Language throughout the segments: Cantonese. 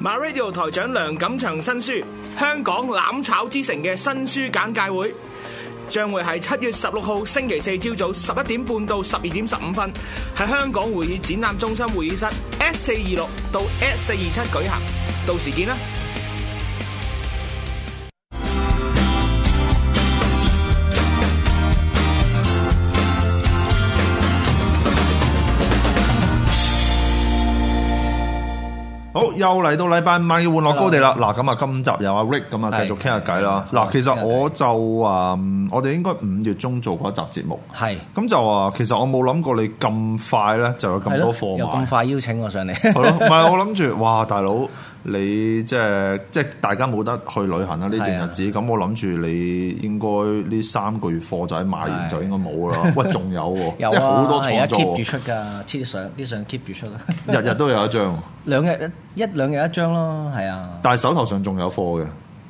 MyRadio 台長梁錦祥新書《香港攬炒之城》嘅新書簡介會，將會喺七月十六號星期四朝早十一點半到十二點十五分，喺香港會議展覽中心會議室 S 四二六到 S 四二七舉行，到時見啦！好，又嚟到禮拜五晚嘅玩樂高地啦。嗱，咁啊，今集有阿 Rick 咁啊，係繼續傾下偈啦。嗱，其實我就啊，嗯我哋應該五月中做過一集節目。係咁就啊，其實我冇諗過你咁快咧，就有咁多貨又咁賣。快邀請我上嚟，係咯，唔係我諗住，哇，大佬，你即係即係大家冇得去旅行啦呢段日子，啊咁我諗住你應該呢三個月貨仔賣完係就應該冇 啦。喂，仲有喎， 有即係好多啊，而創家作 keep 住喎，出㗎，黐啲相啲相 keep 住出啦，日日都有一張， 兩日一一兩日一張咯，係啊，但係手頭上仲有貨嘅。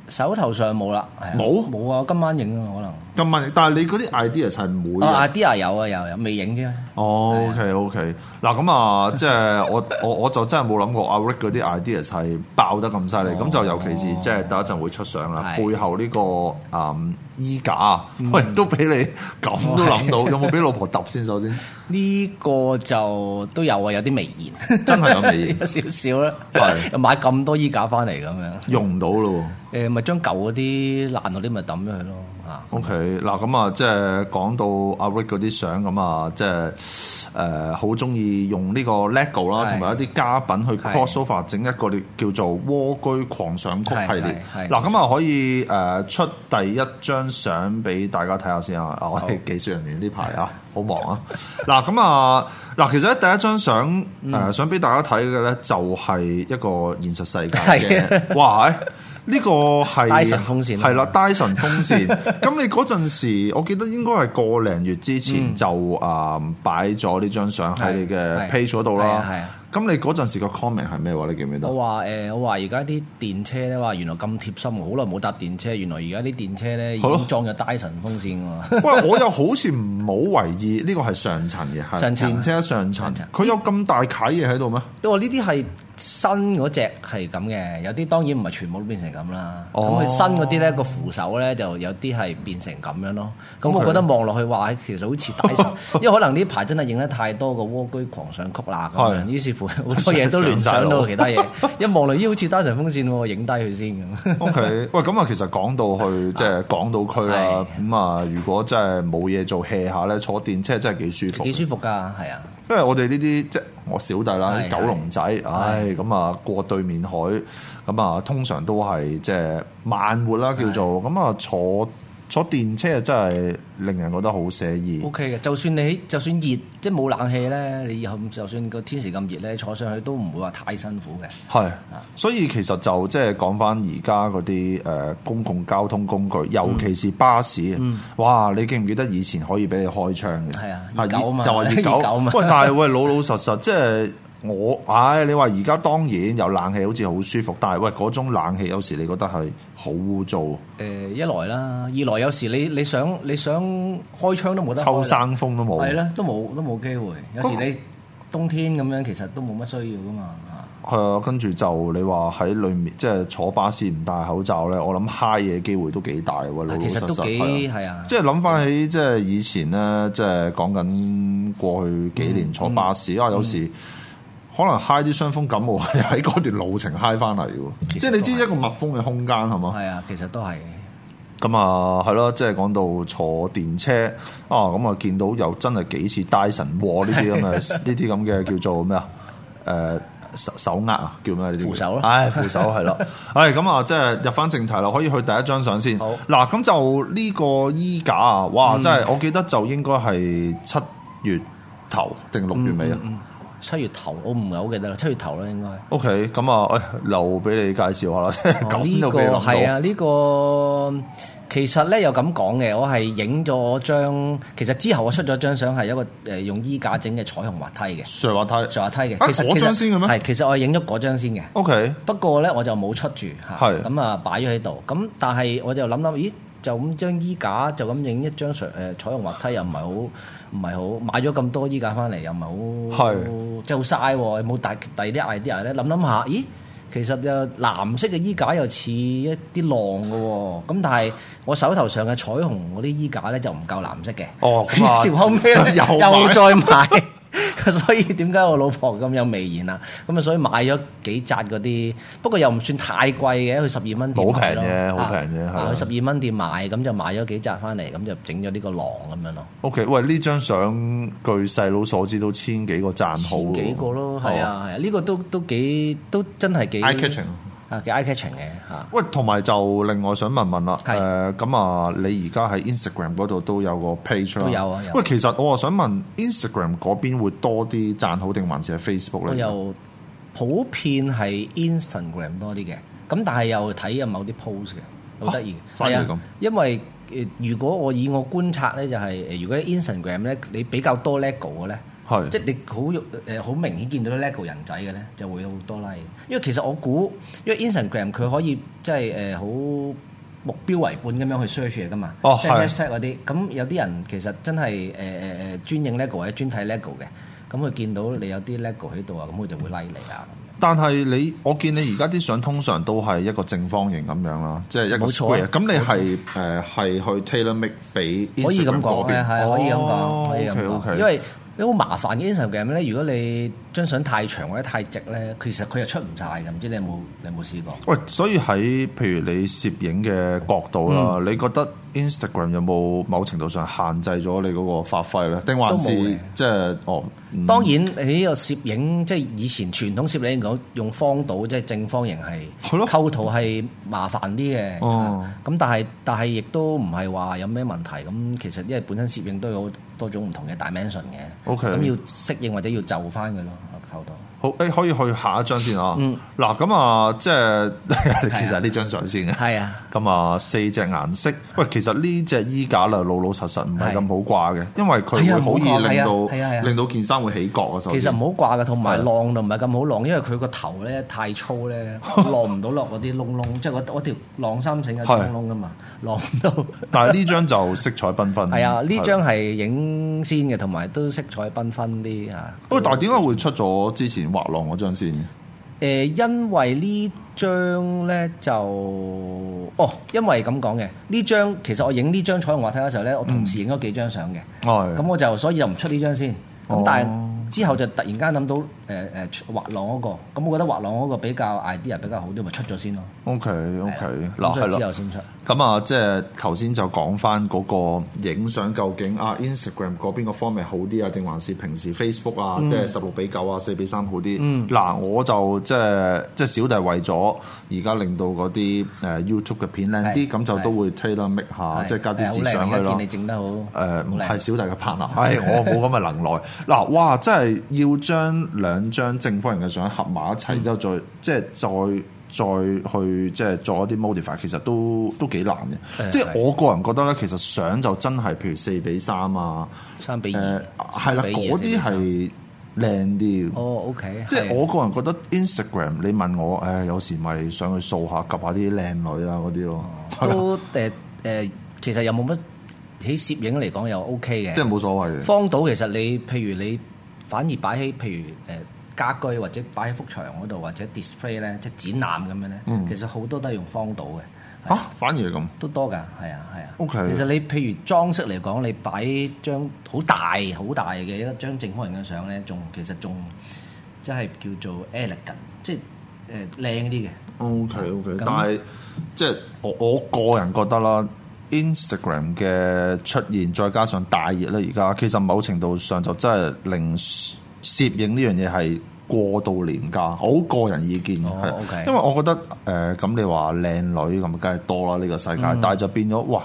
手頭上冇啦，係啊冇冇啊，我今晚影啊，可能。咁問，但係你嗰啲 idea 係每日啊 idea 有啊有有未影啫，哦，OK OK，嗱咁啊，即係我 我我就真係冇諗過阿啊 Rick 嗰啲 ideas 係爆得咁犀利，咁就尤其是即係等一陣會出相啦，係背後呢個誒衣架啊，喂都俾你咁都諗到，有冇俾老婆揼先？首先呢個就都有啊，有啲微言， 真係有微言 有少少啦係，又買咁多衣架翻嚟咁樣，用唔到咯誒咪將舊嗰啲爛嗰啲咪抌咗佢咯喎嚇。，OK，嗱咁啊，即係講到阿 Rick 嗰啲相咁啊，即係誒好中意用呢個 LEGO 啦，係同埋一啲家品去係 crossover 整一個叫做蝸居狂想曲系列。係係係嗱，咁啊可以誒出第一張相俾大家睇下先啊！啊我哋技術人員呢排 啊，好忙啊！嗱，咁啊嗱，其實咧第一張相誒嗯想俾大家睇嘅咧，就係一個現實世界嘅，哇！係呢個係 Dyson 風扇啊係啦，Dyson 風扇。 咁你嗰陣時，我記得應該係個零月之前就誒擺咗呢張相喺你嘅嗯係係 page 嗰度係啦啊係啊。咁你嗰陣時個 comment 係咩話？你記唔記得？我話誒、我話而家啲電車咧，話原來咁貼心喎，好耐冇搭電車，原來而家啲電車咧已係咯經裝咗 Dyson 風扇喎。 喂，我又好似唔好為意呢個係上層嘅，係上層啊電車上層上層，佢有咁大啓嘢喺度 咩？因為呢啲係新嗰只係咁嘅，有啲當然唔係全部都變成咁啦。咁哦佢、新嗰啲咧個扶手咧就有啲係變成咁樣咯。咁 OK 我覺得望落去話，唉其實好 似 Dyson，因為可能呢排真係影得太多個蝸居狂想曲啦咁係樣，於是乎好多嘢都聯想到其他嘢。一望落咦好似 Dyson 風扇喎，影低佢先咁。 O K，喂，咁啊，其實講到去即係港島區啦，係咁啊，如果真係冇嘢做 hea 下咧，坐電車真係幾舒服。幾舒服㗎，係啊！因為我哋呢啲即係我小弟啦，係啲九龍仔，唉，咁啊過對面海，咁啊通常都係即係慢活啦，叫做咁啊坐坐電車啊真係令人覺得好寫意。 O K 嘅，就算你喺就算熱，即係冇冷氣咧，你以後就算個天時咁熱咧，坐上去都唔會話太辛苦嘅。係，所以其實就即係講翻而家嗰啲誒公共交通工具，尤其是巴士。哇！你記唔記得以前可以俾你開窗嘅？嗯係啊熱熱狗啊嘛 就係熱熱狗狗啊嘛。喂，但係喂老老實實，即係我唉，你話而家當然有冷氣，好似好舒服，但係喂嗰種冷氣有時你覺得係好污糟，誒、一來啦，二來有時你你想你想開窗都冇得開抽，生風都冇。係啦，都冇都冇機會。有嗰個時你冬天咁樣，其實都冇乜需要噶嘛。係啊，跟住就你話喺裏面即係坐巴士唔戴口罩咧，我諗嗨嘢機會都幾大喎。老老其實實都實幾係啊係啊，即係諗翻起即係以前咧，即係講緊過去幾年坐巴嗯士啊，有時可能嗨啲傷風感冒 係喺嗰段路程嗨翻嚟嘅喎，其實即係你知都一個密封嘅空間係嘛？係啊，其實都係咁啊係咯，即係講到坐電車啊，咁啊見到又真係幾次 Dyson 喎呢啲咁嘅呢 啲咁嘅叫做咩啊？誒、手手握啊，叫咩呢啲？扶手啦唉，扶手係 啦，唉，咁啊，即係入翻正題啦，可以去第一張相先。好嗯嗱，咁就呢個衣架啊，哇，真係我記得就應該係七月頭定六月尾嗯啊。七月頭，我唔係好記得啦，七月頭啦應該。 O K，咁啊，喂，留俾你介紹下啦，即係哦 呢咁都個俾你諗到係啊，呢個其實咧又咁講嘅，我係影咗張，其實之後我出咗張相係一個誒用衣架整嘅彩虹滑梯嘅，上滑梯，上滑梯啊嘅。其實嗰張先嘅咩係，其實我係影咗嗰張先嘅。 O K，不過咧，我就冇出住嚇，係咁啊擺咗喺度。咁但係我就諗諗，咦？就咁張衣架就咁影一張上誒彩虹滑梯又唔係好唔係好買咗咁多衣架翻嚟又唔係好係即係好嘥喎，有冇第第二啲 idea 咧？諗諗下，咦？其實就藍色嘅衣架又似一啲浪嘅喎，咁但係我手頭上嘅彩虹嗰啲衣架咧就唔夠藍色嘅。哦咁啊於是後尾呢又買又再買，所以點解我老婆咁有微言啊？咁啊，所以買咗幾扎嗰啲，不過又唔算太貴嘅，去十二蚊店冇買平咯嘅好啊平嘅係啊啊去十二蚊店買，咁就買咗幾扎翻嚟，咁就整咗呢個狼咁樣咯。 O、k 喂，呢張相據細佬所知都千幾個讚好千喎，幾個咯，係哦。啊，係啊，呢個都都幾都真係幾 Eye catching 啊，幾 eye catching 嘅嚇。喂，同埋就另外想問問啦，係誒咁啊，你而家喺 Instagram 嗰度都有個 page 啦，都有啊有喂，其實我啊想問 Instagram 嗰邊會多啲讚好定還是係 Facebook 我咧？又普遍係 Instagram 多啲嘅，咁但係又睇有某啲 post 嘅，好得意嘅。反而係咁啊，因為誒、如果我以我觀察咧，就係、誒如果 Instagram 咧，你比較多 lego 嘅咧。係即係你好容誒好明顯見到 LEGO 人仔嘅咧，就會有好多 like。因為其實我估，因為 Instagram 佢可以即係誒好目標為本咁樣去 search 嘢噶嘛，哦即係係 hashtag 嗰啲。咁有啲人其實真係誒誒誒專影 LEGO 或者專睇 LEGO 嘅，咁佢見到你有啲 LEGO 喺度啊，咁佢就會 like 你啊。但係你，我見你而家啲相通常都係一個正方形咁樣啦，即係一個冇錯 square。啊咁你係誒係去 tailor make 俾可以咁 Instagram 嗰講，係邊係可以咁哦講，可以咁 OK，OK 講，因為你好麻煩嘅 Instagram 咧，如果你張相太長或者太直咧，其實佢又出唔晒嘅，唔知你有冇你有冇試過？喂，所以喺譬如你攝影嘅角度啦，嗯你覺得 Instagram 有冇某程度上限制咗你嗰個發揮咧？定還是都冇嘅即係哦？嗯當然喺個攝影，即係以前傳統攝影嚟講，用方島即係正方形係係咯構圖係麻煩啲嘅。啊哦咁但係但係亦都唔係話有咩問題。咁其實因為本身攝影都有好多種唔同嘅 dimension 嘅。 OK 咁要適應或者要就翻佢咯，構圖。好，誒可以去下一張先啊嗯。嗱，咁啊，即係 其實係呢張相先嘅。係啊，咁啊，四隻顏色。喂，其實呢隻衣架啦，老老實實唔係係咁好掛嘅，因為佢係啊會好冇易掛令係啊係啊係到啊令到件衫會起角啊。首其先實唔好掛嘅，同埋係啊浪就唔係咁好浪，因為佢個頭咧太粗 咧，浪唔到落嗰啲窿窿，即係嗰嗰條浪三繩嘅係窿窿噶嘛，浪唔到。但係呢張就色彩繽紛。係啊，呢張係影先嘅，同埋都色彩繽紛啲啊。喂，但係點解會出咗之前畫廊嗰張先？誒、因為呢張咧就哦，因為咁講嘅呢張，其實我影呢張彩虹畫體嘅時候咧，我同時影咗幾張相嘅，嗯係咁、我就所以就唔出呢張先。咁哦但係之後就突然間諗到誒誒、畫廊嗰、個，咁我覺得畫廊嗰個比較 idea 比較好啲，咪出咗先咯。 OK OK，嗱嗱係係之後咯，先出。咁啊，即係頭先就講翻嗰個影相究竟啊，Instagram 嗰邊個方面好啲啊，定還是平時 Facebook 啊，嗯即係十六比九啊，四比三好啲？嗱，我就即係即係小弟為咗而家令到嗰啲誒 YouTube 嘅片靚啲，係咁就都會 tailor make 下，係啊即係加啲字係好靚上去而家咯見你。整得好誒唔好係靚啊小弟嘅 partner，唉， 我冇咁嘅能耐。嗱，哇，真係要將兩張正方形嘅相合埋一齊，嗯之後再即係再再去即係做一啲 modify，其實都都幾難嘅。誒即係係我個人覺得咧，其實相就真係譬如四比三啊，三比誒二，係啦，三比嗰二啲四係靚啲。哦，OK，即係係我個人覺得 Instagram，你問我，誒有時咪上去掃下，及下啲靚女啊嗰啲咯，係啦都誒誒，其實又冇乜喺攝影嚟講又 OK 嘅。 即係冇所謂嘅。荒島其實你譬如你反而擺喺譬如誒、呃家居或者擺喺幅牆嗰度或者 display 咧，即係展覽咁樣咧，嗯其實好多都係用荒島嘅。嚇，反而係咁。都多㗎，係啊，係啊。 OK 其實你譬如裝飾嚟講，你擺張好大好大嘅一張正方形嘅相咧，仲其實仲即係叫做 elegant，即係誒靚啲嘅。 O K O K，咁但係即係我我個人覺得啦，Instagram 嘅出現，再加上大熱咧，而家其實某程度上就真係令攝影呢樣嘢係過度廉價，我好個人意見嘅哦係 OK 因為我覺得誒咁、你話靚女咁梗係多啦呢、個世界，嗯但係就變咗哇。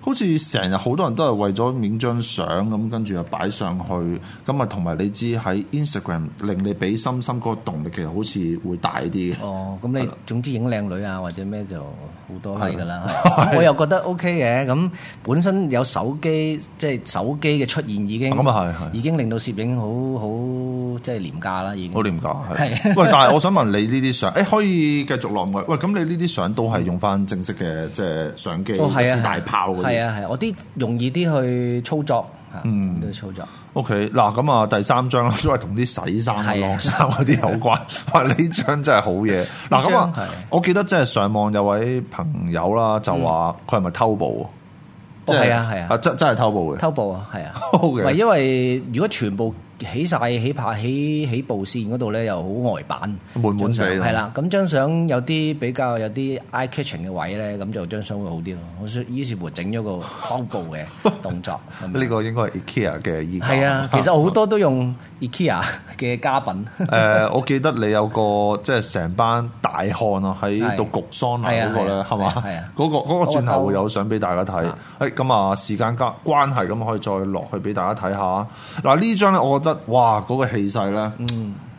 好似成日好多人都係為咗影張相咁，跟住又擺上去，咁啊同埋你知喺 Instagram 令你俾心心嗰個動力，其實好似會大啲嘅。哦，咁你總之影靚女啊，或者咩就好多係噶 啦。係係咁我又覺得 OK 嘅，咁本身有手機，即係手機嘅出現已經咁啊係係已經令到攝影好好即係廉價啦，已經好。廉價係。係喂，但係我想問你呢啲相，誒可以繼續落去。喂，咁你呢啲相都係用翻正式嘅即係相機，哦，係一啊支，大炮嗰係啲。啊係啊，我啲容易啲去操作，嚇，嗯呢個操作。 O K，嗱咁啊，第三張啦，都係同啲洗衫啊、係啊晾衫嗰啲有 關。哇，呢張真係好嘢。嗱咁呢張啊係，我記得即係上網有位朋友啦，就話佢係咪偷步？嗯哦即係係啊係啊真真係偷步嘅。偷步啊，係啊，偷嘅唔係因為如果全部起晒起拍起起步線嗰度咧，又好呆板，悶悶地啊係啦。咁張相有啲比較有啲 eye catching 嘅位咧，咁就張相會好啲咯。我所以於是乎整咗個偷步嘅動作。咁 樣呢個應該係 IKEA 嘅衣架。係啊，其實我好多都用 IKEA 嘅家品。 誒、我記得你有個即係成班大漢啊，喺度焗桑拿嗰個係咧，啊係嘛？係啊嗰個嗰個轉頭會嗰個有相俾大家睇。誒咁啊，時間關關係咁，可以再落去俾大家睇下。嗱呢張咧，我覺得哇，嗰、個氣勢咧，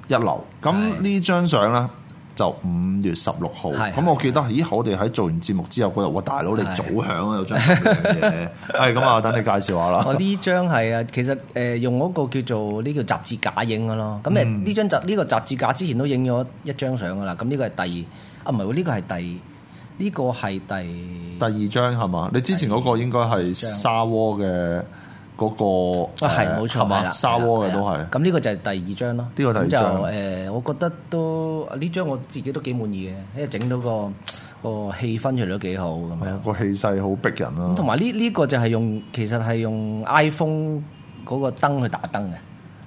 一流。咁嗯係呢張相咧。就五月十六號，係咁我記得，咦？我哋喺做完節目之後嗰日，哇！大佬你係早響啊，有張咁樣嘅嘢，係咁啊，等你介紹下啦 我。哦呢張係啊，其實誒、呃用嗰個叫做呢叫雜誌架影嘅咯。咁誒呃嗯呢張雜呢、個雜誌架之前都影咗一張相嘅啦。咁呢個係第啊唔係喎，呢、個係第呢、個係第第二張係嘛？你之前嗰個應該係沙窩嘅嗰個，啊係誒冇錯係係嘛？啦沙窩嘅都係啦係。咁呢個就係第二張咯。呢個第二張咁就誒、呃我覺得都呢張我自己都幾滿意嘅，因為整到個個氣氛出嚟都幾好咁樣。個氣勢好逼人啊啊咁同啦，埋呢呢個就係用其實係用 iPhone 嗰個燈去打燈嘅。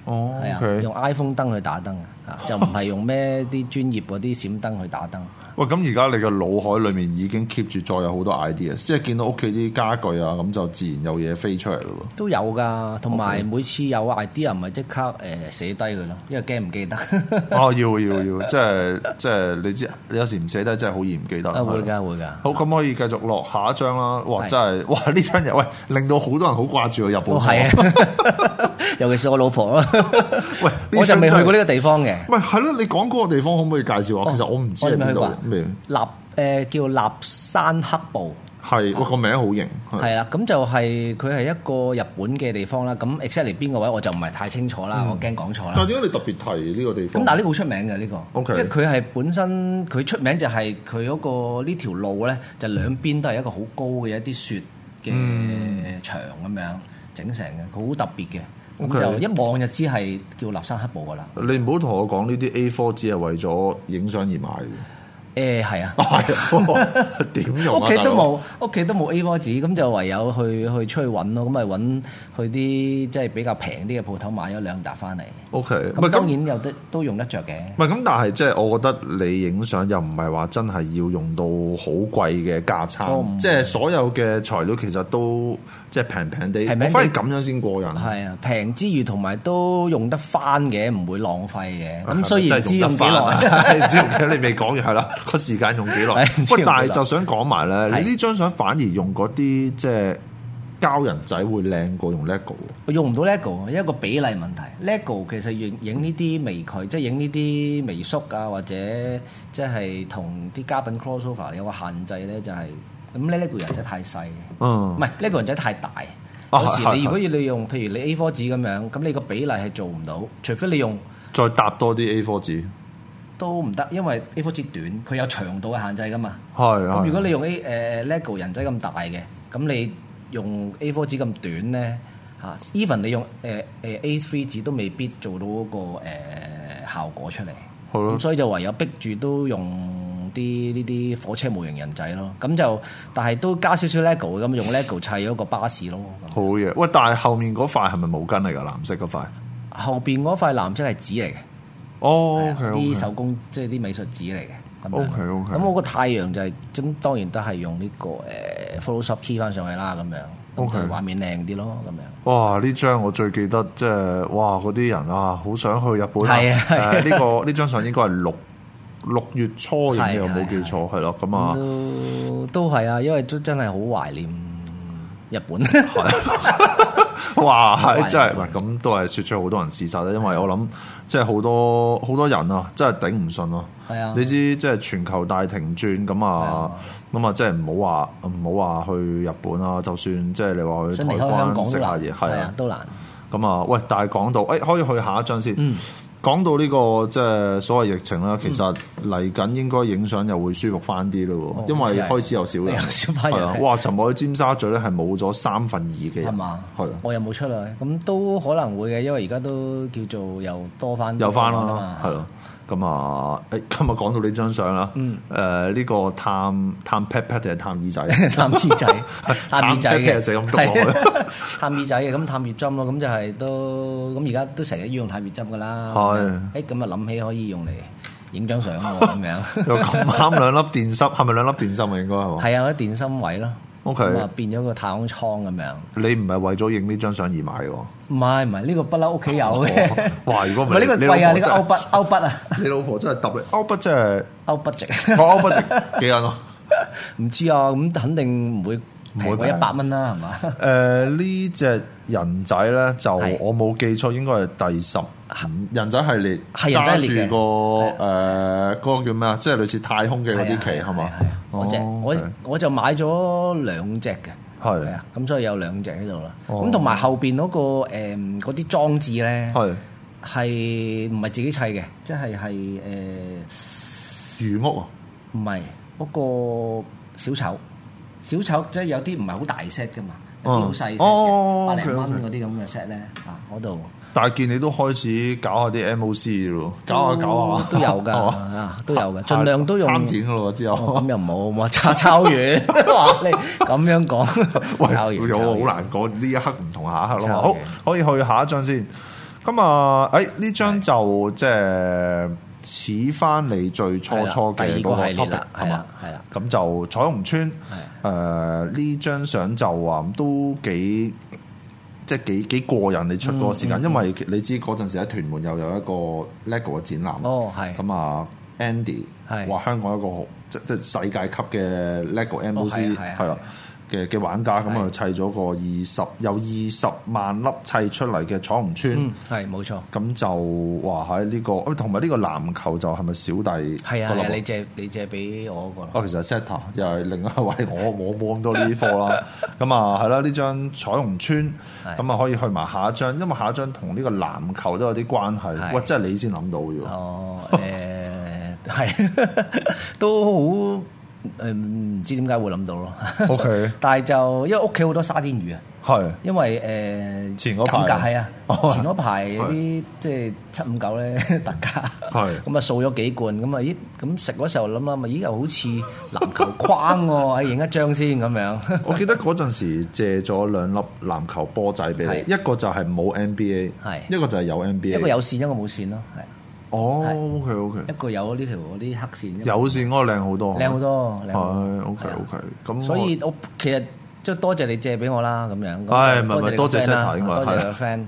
哦係啊， ，OK。用 iPhone 燈去打燈 啊，就唔係用咩啲專業嗰啲閃燈去打燈。喂，咁而家你嘅腦海裡面已經 keep 住再有好多 idea，即係見到屋企啲家具啊，咁就自然有嘢飛出嚟 咯都有㗎，同埋每次有 idea 唔係即刻誒、呃、寫低佢咯，因為驚 唔記得。啊喎。哦，要要要，即係即係你知，你有時唔寫低真係好易唔記得。啊，會係啊㗎會㗎。好，咁可以繼續落下一張啦。哇，係真係，哇呢張嘢，喂，令到好多人好掛住去日本。哦，係啊， 尤其是我老婆咯。 喂呢我就張未真係去過呢個地方嘅。喂，係咯，你講嗰個地方可唔可以介紹下？啊其實我唔知係哦我哋未邊去度過嘅，咩？立誒、呃叫立山黑部。係，哇個名好型，係哦係啦，啊咁就係佢係一個日本嘅地方啦。咁 exactly 邊個位我就唔係太清楚啦，嗯我驚講錯啦。但係點解你特別提呢個地咁方？但係呢個好出名嘅呢個哦 OK 因為佢係本身佢出名就係佢嗰個呢條路咧，就兩邊都係一個好高嘅一啲雪嘅牆咁樣整成嘅，佢好特別嘅。嗯咁 OK 就一望就知係叫立山黑部噶啦。你唔好同我講呢啲 A4 只係為咗影相而買 嘅，哦誒係啊，係啊點用啊屋企大都佬冇，屋企都冇 A 波紙，咁就唯有去去出去揾咯。咁咪揾去啲即係比較平啲嘅鋪頭買咗兩沓翻嚟。 OK，唔係咁當咁。然有得都用得着嘅。唔係咁，但係即係我覺得你影相又唔係話真係要用到好貴嘅架撐，哦唔即係所有嘅材料其實都即係平平地，平平地我反而咁樣先過癮。係啊，平之餘同埋都用得翻嘅，唔會浪費嘅。咁雖然唔知啊真係得用幾返啊 耐，唔知用幾耐，你未講完係啦，個時間用 幾耐？係唔知喂，用幾但耐係就想講埋咧，係你呢張相反而用嗰啲即係膠人仔會靚過用 lego 我 用唔到 lego，因為個比例問題。lego 其實影影呢啲微距，即係影呢啲微縮啊，或者即係同啲家品 crossover 有個限制咧，就係咁呢 lego 人仔太細，嗯唔係 lego 人仔太大。啊有係時係你如果要你用，譬如你 A4 紙咁樣，咁你個比例係做唔到，除非你用再搭多啲 A4 紙，都唔得，因為 A4 紙短，佢有長度嘅限制噶嘛。係咁係如果你用 A 誒、LEGO 人仔咁大嘅，咁你用 A4 紙咁短咧嚇，even 你用誒誒、A3 紙都未必做到嗰、個、呃、效果出嚟。係咯咁所以就唯有逼住都用啲呢啲火車模型人仔咯。咁就但係都加少少 LEGO 咁用 LEGO 砌咗個巴士咯。咁好嘢，喂！但係後面嗰塊係咪毛巾嚟㗎？藍色嗰塊？後邊嗰塊藍色係紙嚟嘅。係哦啊，OK 啲 OK 手工即係啲美術紙嚟嘅。咁樣 OK，OK 咁我個太陽就係、咁，當然都係用呢、個誒、Photoshop key 翻上去啦，咁樣咁 OK 就畫面靚啲咯，咁樣。哇！呢張我最記得，即係哇嗰啲人啊，好想去日本係啊係啊誒呢個呢張相應該係六六月初影嘅，係我冇係記錯係咯。咁啊，都都係啊，因為都真係好懷念日本。啊 哇！係懷啊真係，念喂咁都係説出好多人事實啦。因為我諗，即係好多好多人啊，真係頂唔順咯。係啊，你知即係全球大停轉咁啊，咁啊，即係唔好話唔好話去日本啦。就算即係你話去想台離開香港灣食都下難，嘢，係係啊啊，。都難。哎咁啊，喂！但係講到，誒、可以去下一張先。嗯講到呢、個即係所謂疫情啦，其實嚟緊應該影相又會舒服翻啲咯哦喎，因為真係開始有少人， 有少班人係啊哇！尋日去尖沙咀咧係冇咗三分二嘅人，係嘛？係啊，我又冇出啦，咁都可能會嘅，因為而家都叫做又多翻有翻啲啊啦嘛，係咯。咁啊，誒 今日講到呢張相啦，嗯誒呢個探探 pat pat 定係探耳 仔？啊探耳仔，探耳仔探耳仔嘅，就咁篤我係 探耳仔嘅，咁探熱針咯，咁就係都咁而家都成日要用探熱針噶啦。係誒咁啊諗起可以用嚟影張相喎，咁樣。又咁啱兩粒電芯，係咪兩粒電芯啊？應該係嘛？係啊，有啲電芯位咯。 OK 咁啊變咗個太空艙咁樣。你唔係為咗影呢張相而買喎？唔係唔係，呢個不嬲屋企有嘅。 哇如果唔係係呢個你老婆貴啊，呢個真係歐筆歐筆啊，你老婆真係揼你，歐筆真係歐筆值。 我歐筆值哦幾銀啊？唔知啊，咁肯定唔會平唔會過平一百蚊啦，係嘛？誒呢只人仔咧就係我冇記錯，應該係第十五人仔系列，係人仔系揸列嘅住個誒嗰個叫咩啊？即係類似太空嘅嗰啲旗係啊係嘛係啊係啊？我隻哦我我就買咗兩隻嘅，係啊，咁所以有兩隻喺度啦。哦咁同埋後邊嗰個誒嗰啲裝置咧，係係唔係自己砌嘅？即係係誒魚屋啊，唔係嗰個小丑，小丑即係有啲唔係好大 set 噶嘛，有啲好細 set 哦哦哦嘅，百零 OK，OK 蚊嗰啲咁嘅 set 咧，啊嗰度。但係見你都開始搞下啲 MOC 咯，搞下搞下哦都有 㗎係嘛啊都有㗎盡量都用參展噶咯之哦後咁。又唔好，差 抄遠，哇！你咁樣講， 喂，抄遠有抄好遠難講，呢一刻唔同下一刻差咯。好好遠，可以去下一張先。咁啊，誒呢張就即係似翻你最初初嘅係嗰啦第二個個系列 topic 啦係係啦嘛？係啦咁就彩虹村誒呢張相就話都幾。即係幾幾過癮，你出嗰個嗯時間，因為你知嗰陣時喺屯門又有一個 LEGO 嘅展覽，哦係咁啊 Andy 係話香港一個好即即世界級嘅 LEGO 哦 MOC 係係係啦嘅嘅玩家，咁啊係砌咗個二十有二十萬粒砌出嚟嘅彩虹村，咁嗯、，係冇錯，就話喺呢個，啊同埋呢個籃球就係咪小弟係啊嗰係粒啊，你借你借俾我嗰個咯，哦，其實 setter 又係另一位，我 我冇咁多呢啲貨啦。咁啊，係啦，呢張彩虹村，係咁啊可以去埋下一張，因為下一張同呢個籃球都有啲關係。係喂，真係你先諗到嘅喎。哦誒係 都好誒唔知點解會諗到咯 OK 但係就因為屋企好多沙甸魚啊。係因為誒前嗰排減價係啊哦，前嗰排有啲即係七五九咧 特價，係咁啊掃咗幾罐，咁啊咦咁食嗰時候諗諗啊，咦又好似籃球框 喎，唉影一張先咁樣，我記得嗰陣時借咗兩粒籃球波仔俾你，一係個就係冇 NBA，係一個就係有 NBA。一個有線，一個冇線咯，哦係，OK OK，係一個有呢條嗰啲黑線，一個有線嗰個靚好多，靚好多，靚好多係 OK 係啊 OK，咁所以我其實即係多謝你借俾我啦，咁樣。唉唔係唔係你多謝個 friend 啦 Santa 應該多謝你係個 friend。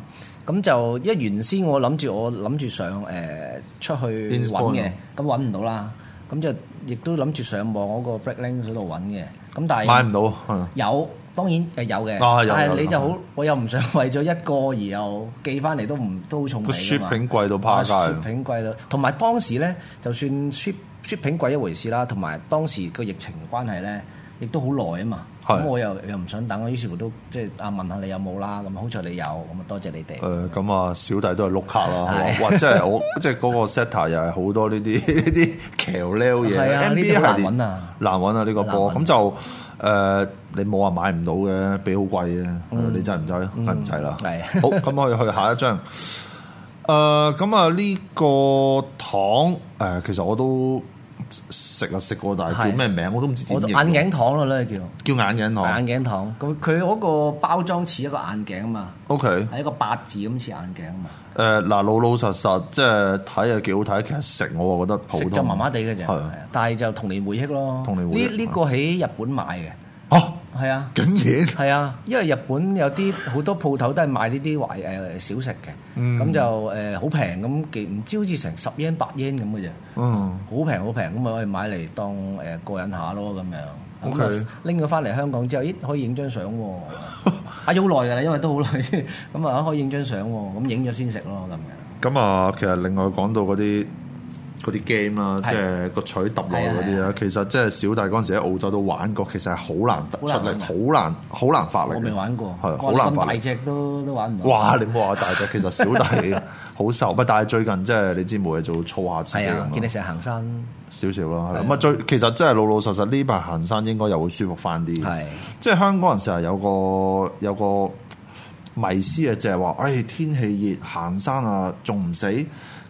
咁就因為原先我諗住我諗住上誒、呃出去 Innsbruck 揾嘅，咁揾唔到啦。咁就亦都諗住上網嗰個 Breaklink 嗰度揾嘅，咁但我係買唔到，係有當然誒有嘅，啊有但有係你有就好，我又唔想為咗一個而又寄翻嚟都唔 都好重個㗎嘛 shipping 貴到趴街啊，shipping 貴啦，同埋當時咧，就算 ship shipping 貴一回事啦，同埋當時個疫情關係咧，亦都好耐啊嘛。係咁我又又唔想等，於是乎都即係啊問下你有冇啦，咁好彩你有，咁啊多謝你哋。誒咁啊，小弟都係碌卡啦，係係嘛？哇！即係我 即係嗰個 setter 又係好多呢啲 呢啲橋撩嘢係啊呢啲 NBA 係好難揾啊難揾啊呢個波，咁就誒你冇話買唔到嘅，俾好貴嘅，呃你真係唔制，啊梗係唔制啦。嗯係 好，咁我哋去下一張。誒咁啊！呢個糖呃誒，其實我都食啊食過，但係係叫咩名我都唔知點哦我都譯眼鏡糖啦，咧叫叫眼鏡糖。眼鏡糖。咁佢嗰個包裝似一個眼鏡啊嘛， O K。係一個八字咁似眼鏡啊嘛。誒嗱，老老實實即係睇啊幾好睇，其實食我啊覺得普食通。就麻麻地嘅啫，係啊係啊但係就童年回憶咯。童年回憶呢呢個喺日本買嘅，哦，係啊。竟然係啊，因為日本有啲好多鋪頭都係賣呢啲懷誒小食嘅，咁、嗯就誒好平咁，幾唔知好似成十 yen 八 yen 咁嘅啫，嗯，好平好平咁咪我哋買嚟當誒過癮下咯咁樣。 OK 咁啊拎咗翻嚟香港之後，咦可以影張相喎， 啊要好耐㗎啦，因為都好耐，咁啊可以影張相喎，咁影咗先食咯咁樣。咁啊，其實另外講到嗰啲嗰啲 game 啦，係即係個錘揼落嗰啲係啦。其實即係小弟嗰陣時喺澳洲都玩過，其實係好難突出好難啊嚟，好難好難發力嘅。我未玩過，係好難哇你發咁大力。隻都都玩唔到。哇！你唔好話大隻，其實小弟好 瘦，不但係最近即係你知冇嘢做，操下自己係咁啊，見你樣成日行山，少少啦。係啦咁啊，最其實真係老老實實呢排行山應該又會舒服翻啲。係即係香港人成日有個有個迷思啊，就係話，誒天氣熱行山啊，仲唔死？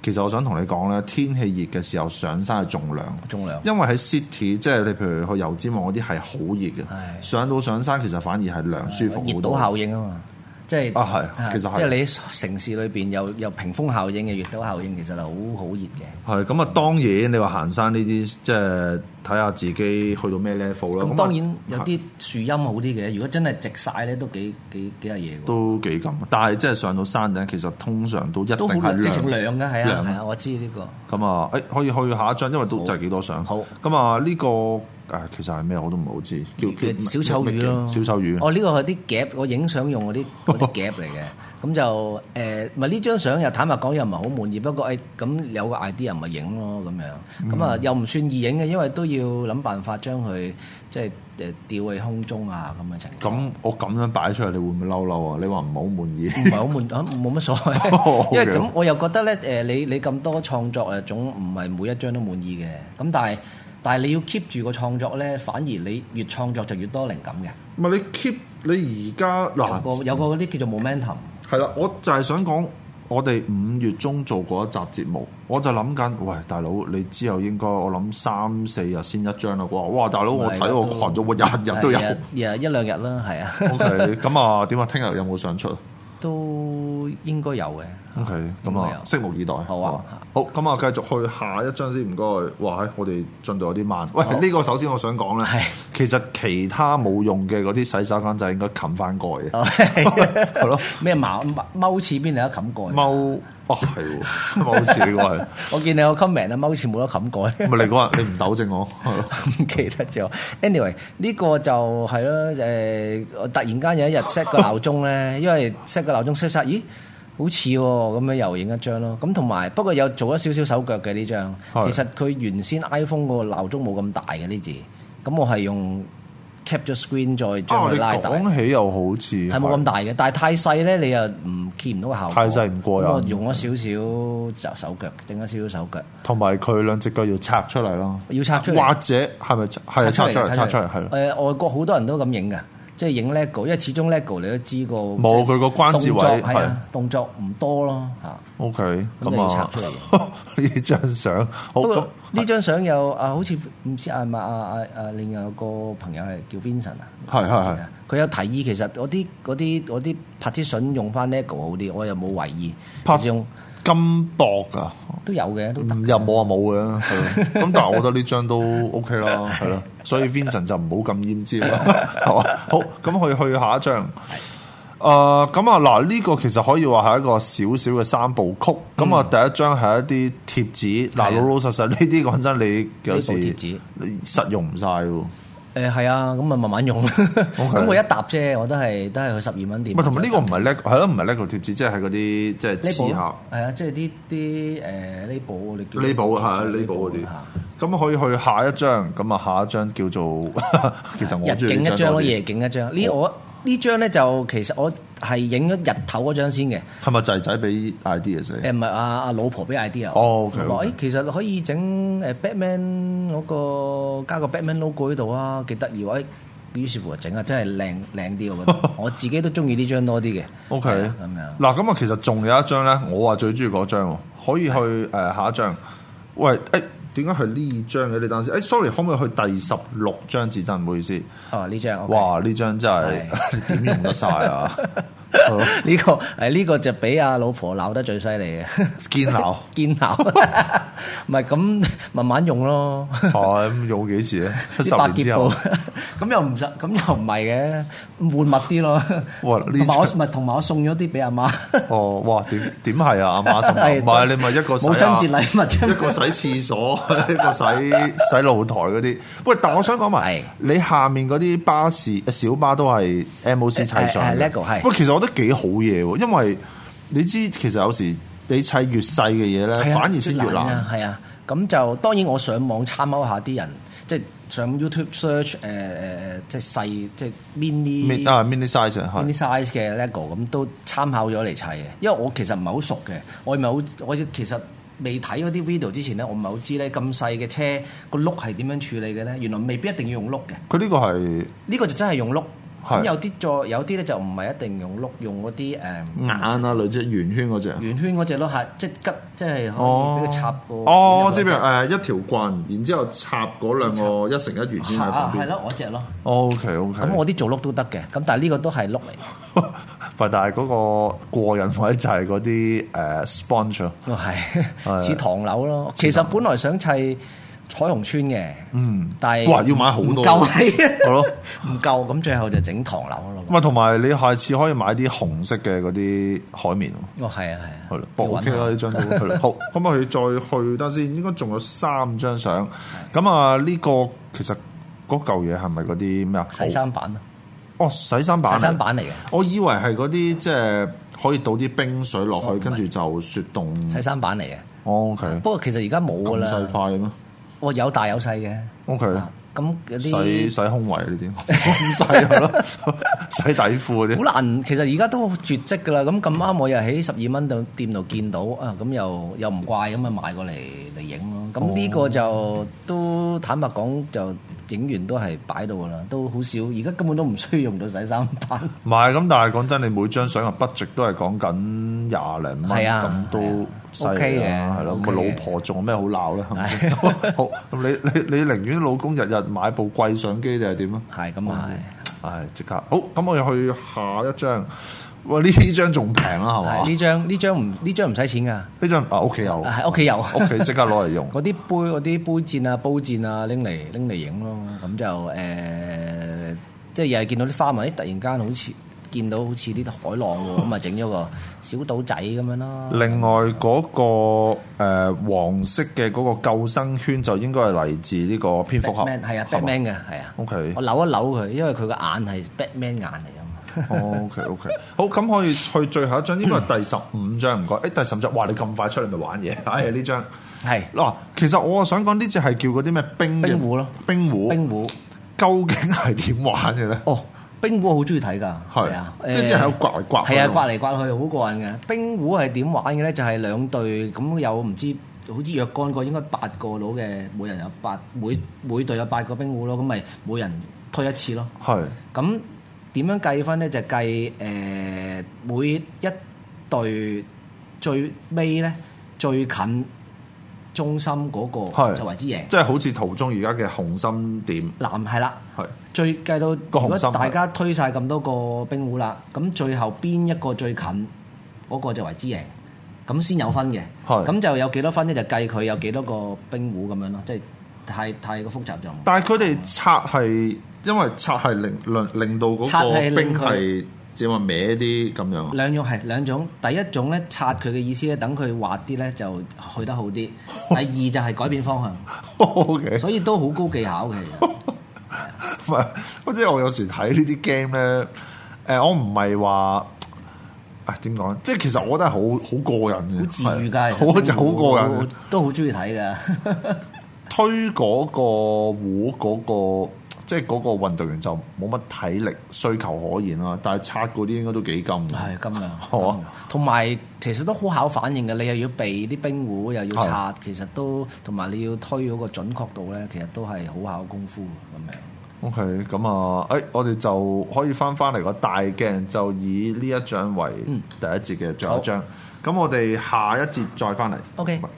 其實我想同你講咧，天氣熱嘅時候上山係重涼，重量因為喺 city 即係你譬如去油尖旺嗰啲係好熱嘅，係上到上山其實反而係涼舒服熱好島多。效應啊嘛，即係啊係其實係即係你喺城市裏邊有有屏風效應嘅熱島效應，其實係好好熱嘅。係咁啊，當然你話行山呢啲，即係睇下自己去到咩 level 啦。咁啊當然有啲樹蔭好啲嘅，如果真係直晒咧，都幾幾幾係嘢喎。都幾咁，但係即係上到山頂，其實通常都一定都好係涼，直情涼嘅，係涼啊係啊，我知呢個咁啊，誒可以去下一張，因為都真係幾多相。好咁啊，呢個誒其實係咩我都唔係好知，叫叫小丑魚咯，小丑魚。哦，呢個係啲夾，我影相用嗰啲嗰啲夾嚟嘅。咁就誒，咪呢張相又坦白講又唔係好滿意，不過誒咁有個 idea 咪影咯咁樣。咁啊又唔算易影嘅，因為都要諗辦法將佢即係誒吊喺空中啊咁嘅情 況。咁我咁樣擺出嚟，你會唔會嬲嬲啊？你話唔係好滿意？唔係好悶，啊冇乜所 Okay 謂。因為咁我又覺得咧，誒你你咁多創作誒，總唔係每一張都滿意嘅。咁但係但係你要 keep 住個創作咧，反而你越創作就越多靈感嘅。唔係你 keep 你而家有個嗱有個嗰啲叫做 momentum。係啦，我就係想講，我哋五月中做過一集節目，我就諗緊，喂大佬，你之後應該我諗三四日先一張啦啩？哇大佬，我睇我群組，我日日都有。日日一兩日啦，係 啊， OK，咁啊點啊？聽日有冇相出啊？都應該有嘅。 OK，咁應該啊有，拭目以待。好啊嘛好咁啊，繼續去下一張先，唔該。哇，唉我哋進度有啲慢。喂，呢個首先我想講咧係，其實其他冇用嘅嗰啲洗手間就應該冚翻蓋哦嘅， 係係咯，咩踎踎似邊度有得冚蓋？踎哦係喎，踎好似你 個係，我見你有 comment 啊，踎似冇得冚 蓋。咪你嗰日你唔糾正我，係咯唔記得咗。anyway，呢個就係咯，誒、我突然間有一日 dạ, set 個鬧鐘咧，因為 set 個鬧鐘 set 晒，咦，好似喎、咁樣又影一張咯。咁同埋不過有做咗少少手腳嘅呢張，係其實佢原先 iPhone 個鬧鐘冇咁大嘅呢字，咁我係用 cap 咗 screen 再 將啊，你佢拉大。講起又好似係冇咁大嘅，但係太細咧，你又唔見唔到個效果。太細唔過癮咁我啊用咗少少手手腳，整咗少少手腳，同埋佢兩隻腳要拆出嚟咯，要拆出嚟。或者係咪係拆出嚟？拆出嚟係咯。誒、外國好多人都咁影㗎，即係影 lego，因為始終 lego 你都知個冇佢個關節位係啊，動作唔多咯嚇。 OK，咁你咁要啊拆出嚟， 呢張相好不。過呢張相有啊，好似唔知係咪啊啊啊，另外有個朋友係叫 Vincent 啊。係係係。佢有提議，其實嗰啲嗰啲嗰啲 partition 用翻 lego 好啲，我又冇懷疑。 Part- 用金箔啊，都有嘅，都得。又冇啊冇嘅，係咯咁但係我覺得呢張都 OK 啦，係咯，所以 Vincent 就唔好咁奄尖啦，係嘛？好，咁去去下一張。誒咁啊嗱，呢、個其實可以話係一個小小嘅三部曲。咁啊、第一張係一啲貼紙，嗱係啊老老實實呢啲講真，你有時呢部貼紙你實用唔晒喎。誒係啊，咁咪慢慢 用。咁佢一沓啫，我都係都係佢十二蚊唔店。係同埋呢個唔係 lego，係咯，唔係 lego 貼紙，即係係嗰啲即係呢部黐盒。係啊，即係啲啲誒呢部我哋叫呢部係呢啊部嗰啲嚇，咁可以去下一張，咁啊下一張叫做 其實我日中意景呢一張多咯，啲夜景一張。呢我呢張咧就其實我係影咗日頭嗰張先嘅，係咪仔仔俾 idea 先？誒唔係阿阿老婆俾 idea 哦我。，OK，佢話誒其實可以整誒 Batman 嗰個加個 Batman logo 喺度啊，幾得意喎！誒於是乎就整啊，真係靚靚啲我覺 得，我自己都中意呢張多啲嘅。 OK，係啊咁樣。嗱咁啊，其實仲有一張咧，我啊話最中意嗰張喎，可以去誒、呃下一張。喂，誒點解係呢張嘅？你等陣先。誒、sorry，可唔可以去第十六張至真？唔好意思。哦，呢張 OK 哇！呢張真係 點用得晒啊？係咯 呢個誒呢個就俾阿老婆鬧得最犀利嘅。 堅鬧堅咬， 唔係咁慢慢用咯。係咁用幾時咧？ 啲十百年潔之後布。 咁又唔實，咁又唔係嘅，換物啲咯。哇呢同埋我唔係同埋我送咗啲俾阿 媽，哦，哇！點點係啊？阿 媽心諗係唔係你咪一個洗啊母哎親節禮物啫 一個洗廁所， 一個洗洗露台嗰啲。喂，但我想講埋係，你下面嗰啲巴士小巴都係 MOC 砌上誒誒嘅。誒，Lego，係喂，其實我覺得幾好嘢喎，因為你知其實有時你砌越細嘅嘢咧，係啊反而先越啊難。係啊。咁就當然我上網參考下啲人，即係上 YouTube search 誒誒誒，即係細即係 mini Min- 啊 mini size 啊係 mini size 嘅 lego 咁都參考咗嚟砌嘅，因為我其實唔係好熟嘅，我唔係好我其實未睇嗰啲 video 之前咧，我唔係好知咧咁細嘅車個轆係點樣處理嘅咧，原來未必一定要用轆嘅，呢、佢呢個係個就真係用轆。咁係有啲再有啲咧就唔係一定用轆，用嗰啲誒眼啊，類似圓圈嗰只。圓圈嗰只咯，係即係吉，即係可以哦，俾佢插個。哦，我知邊誒一條棍，然之後插嗰兩個一成一圓圈喺啊旁，係邊。咯，我只咯。 O K O K。咁我啲做碌都得嘅，咁但係呢個都係碌嚟。 喂，但係嗰個過癮位就係嗰啲誒 sponge 啊咯哦，係係 似唐樓咯。其實本來想砌彩虹村嘅，嗯，但係哇要買好多唔夠係係咯。 唔夠，咁最後就整唐樓咯。啊喂，同埋你下次可以買啲紅色嘅嗰啲海綿喎。哦，係啊，係啊，係啦要，OK 搵啦，下呢張都係 啦。好，咁我哋再去得先，應該仲有三張相。咁啊，呢個其實嗰嚿嘢係咪嗰啲咩啊？洗衫板啊，哦，洗衫板。洗衫。板嚟嘅，我以為係嗰啲即係可以倒啲冰水落哦去，唔係跟住就雪凍。洗衫板嚟嘅。哦，OK。不過其實而家冇㗎咁細啦，塊嘅咩我有大有細嘅。 ？OK。啊咁嗰洗啲洗胸圍呢啲， 咁細係 咯，洗底褲嗰啲。好難，其實而家都絕跡㗎啦。咁咁啱，我又喺十二蚊度店度見到啊，咁又又唔怪咁啊，買過嚟嚟影咯。咁呢個就都坦白講，就影完都係擺到㗎啦，都好少。而家根本都唔需要用到洗衫板。唔係咁，但係講真，你每張相嘅 budget 都係講緊廿零蚊，係啊咁都犀利啊 OK 嘅啦，係咯。咁啊 OK 嘅老婆仲有咩好鬧咧？係咪先 好，咁你你你寧願老公日日買部貴相機定係點啊？係咁啊，唉，即刻好，咁我哋去下一張。哇！呢張仲平啊啦，係係係嘛？呢張呢張唔呢張唔使錢㗎，呢張啊，屋企有，係屋企有屋企即刻攞嚟 用。嗰啲杯嗰啲杯墊啊、煲墊啊拎嚟拎嚟影咯。咁就誒、呃即係又係見到啲花紋，咦突然間好似見到好似呢啲海浪喎，咁啊整咗個小島仔咁樣咯。另外嗰、個、呃、黃色嘅嗰個救生圈就應該係嚟自呢個蝙蝠俠， Batman 係啊係嘛，Batman 嘅係啊。 OK 我扭一扭佢，因為佢個眼係 Batman 眼嚟啊嘛。 O K O K，好，哦咁可以去最後一張，呢個係第十五張， 唔該。誒，第十張，哇！你咁快出嚟咪玩嘢？ 哎，呢張係嗱，其實我想講呢只係叫嗰啲咩冰嘅冰壺咯冰壺， 冰壺究竟係點玩嘅咧？哦，冰壺我好中意睇㗎，係啊，即係啲人喺度刮嚟刮去係啊，刮嚟刮去好過癮嘅。冰壺係點玩嘅咧？就係兩隊咁有唔知。好似若干個應該八個佬嘅，每人有八每每隊有八個冰壺咯，咁咪每人推一次咯。係咁點樣計分咧？就計誒、呃每一隊最尾咧最近中心嗰、係個就為之贏。即係好似圖中而家嘅紅心點，男係啦，係最計到個如紅果心大家推晒咁多個冰壺啦，咁最後邊一個最近嗰、個就為之贏，咁先有分嘅。係咁就有幾多分咧？就計佢有幾多個冰壺咁樣咯，即係太太過複雜就唔。但係佢哋拆係因為拆係令令令到嗰拆個係令冰佢係只係話歪啲咁樣啊。兩種係兩種，第一種咧擦佢嘅意思咧，等佢滑啲咧就去得好 啲。第二就係改變方向， O K。所以都好高技巧 嘅。其唔實係，即係我有時睇呢啲 game 咧，誒、我唔係話。啊點講？即係其實我覺得係好好過癮嘅，好治癒㗎，其實好就好過癮嘅。，都好中意睇㗎。推嗰個壺嗰、個，即係嗰個運動員就冇乜體力需求可言啦。但係拆嗰啲應該都幾金嘅。係咁好樣啊，同埋其實都好考反應嘅，你又要避啲冰壺，又要擦，其實都同埋你要推嗰個準確度咧，其實都係好考功夫咁樣。 OK，咁啊，誒、我哋就可以翻翻嚟個大鏡，就以嗯呢一張為第一節嘅最後一張。咁、我哋下一節再翻嚟。 OK。拜拜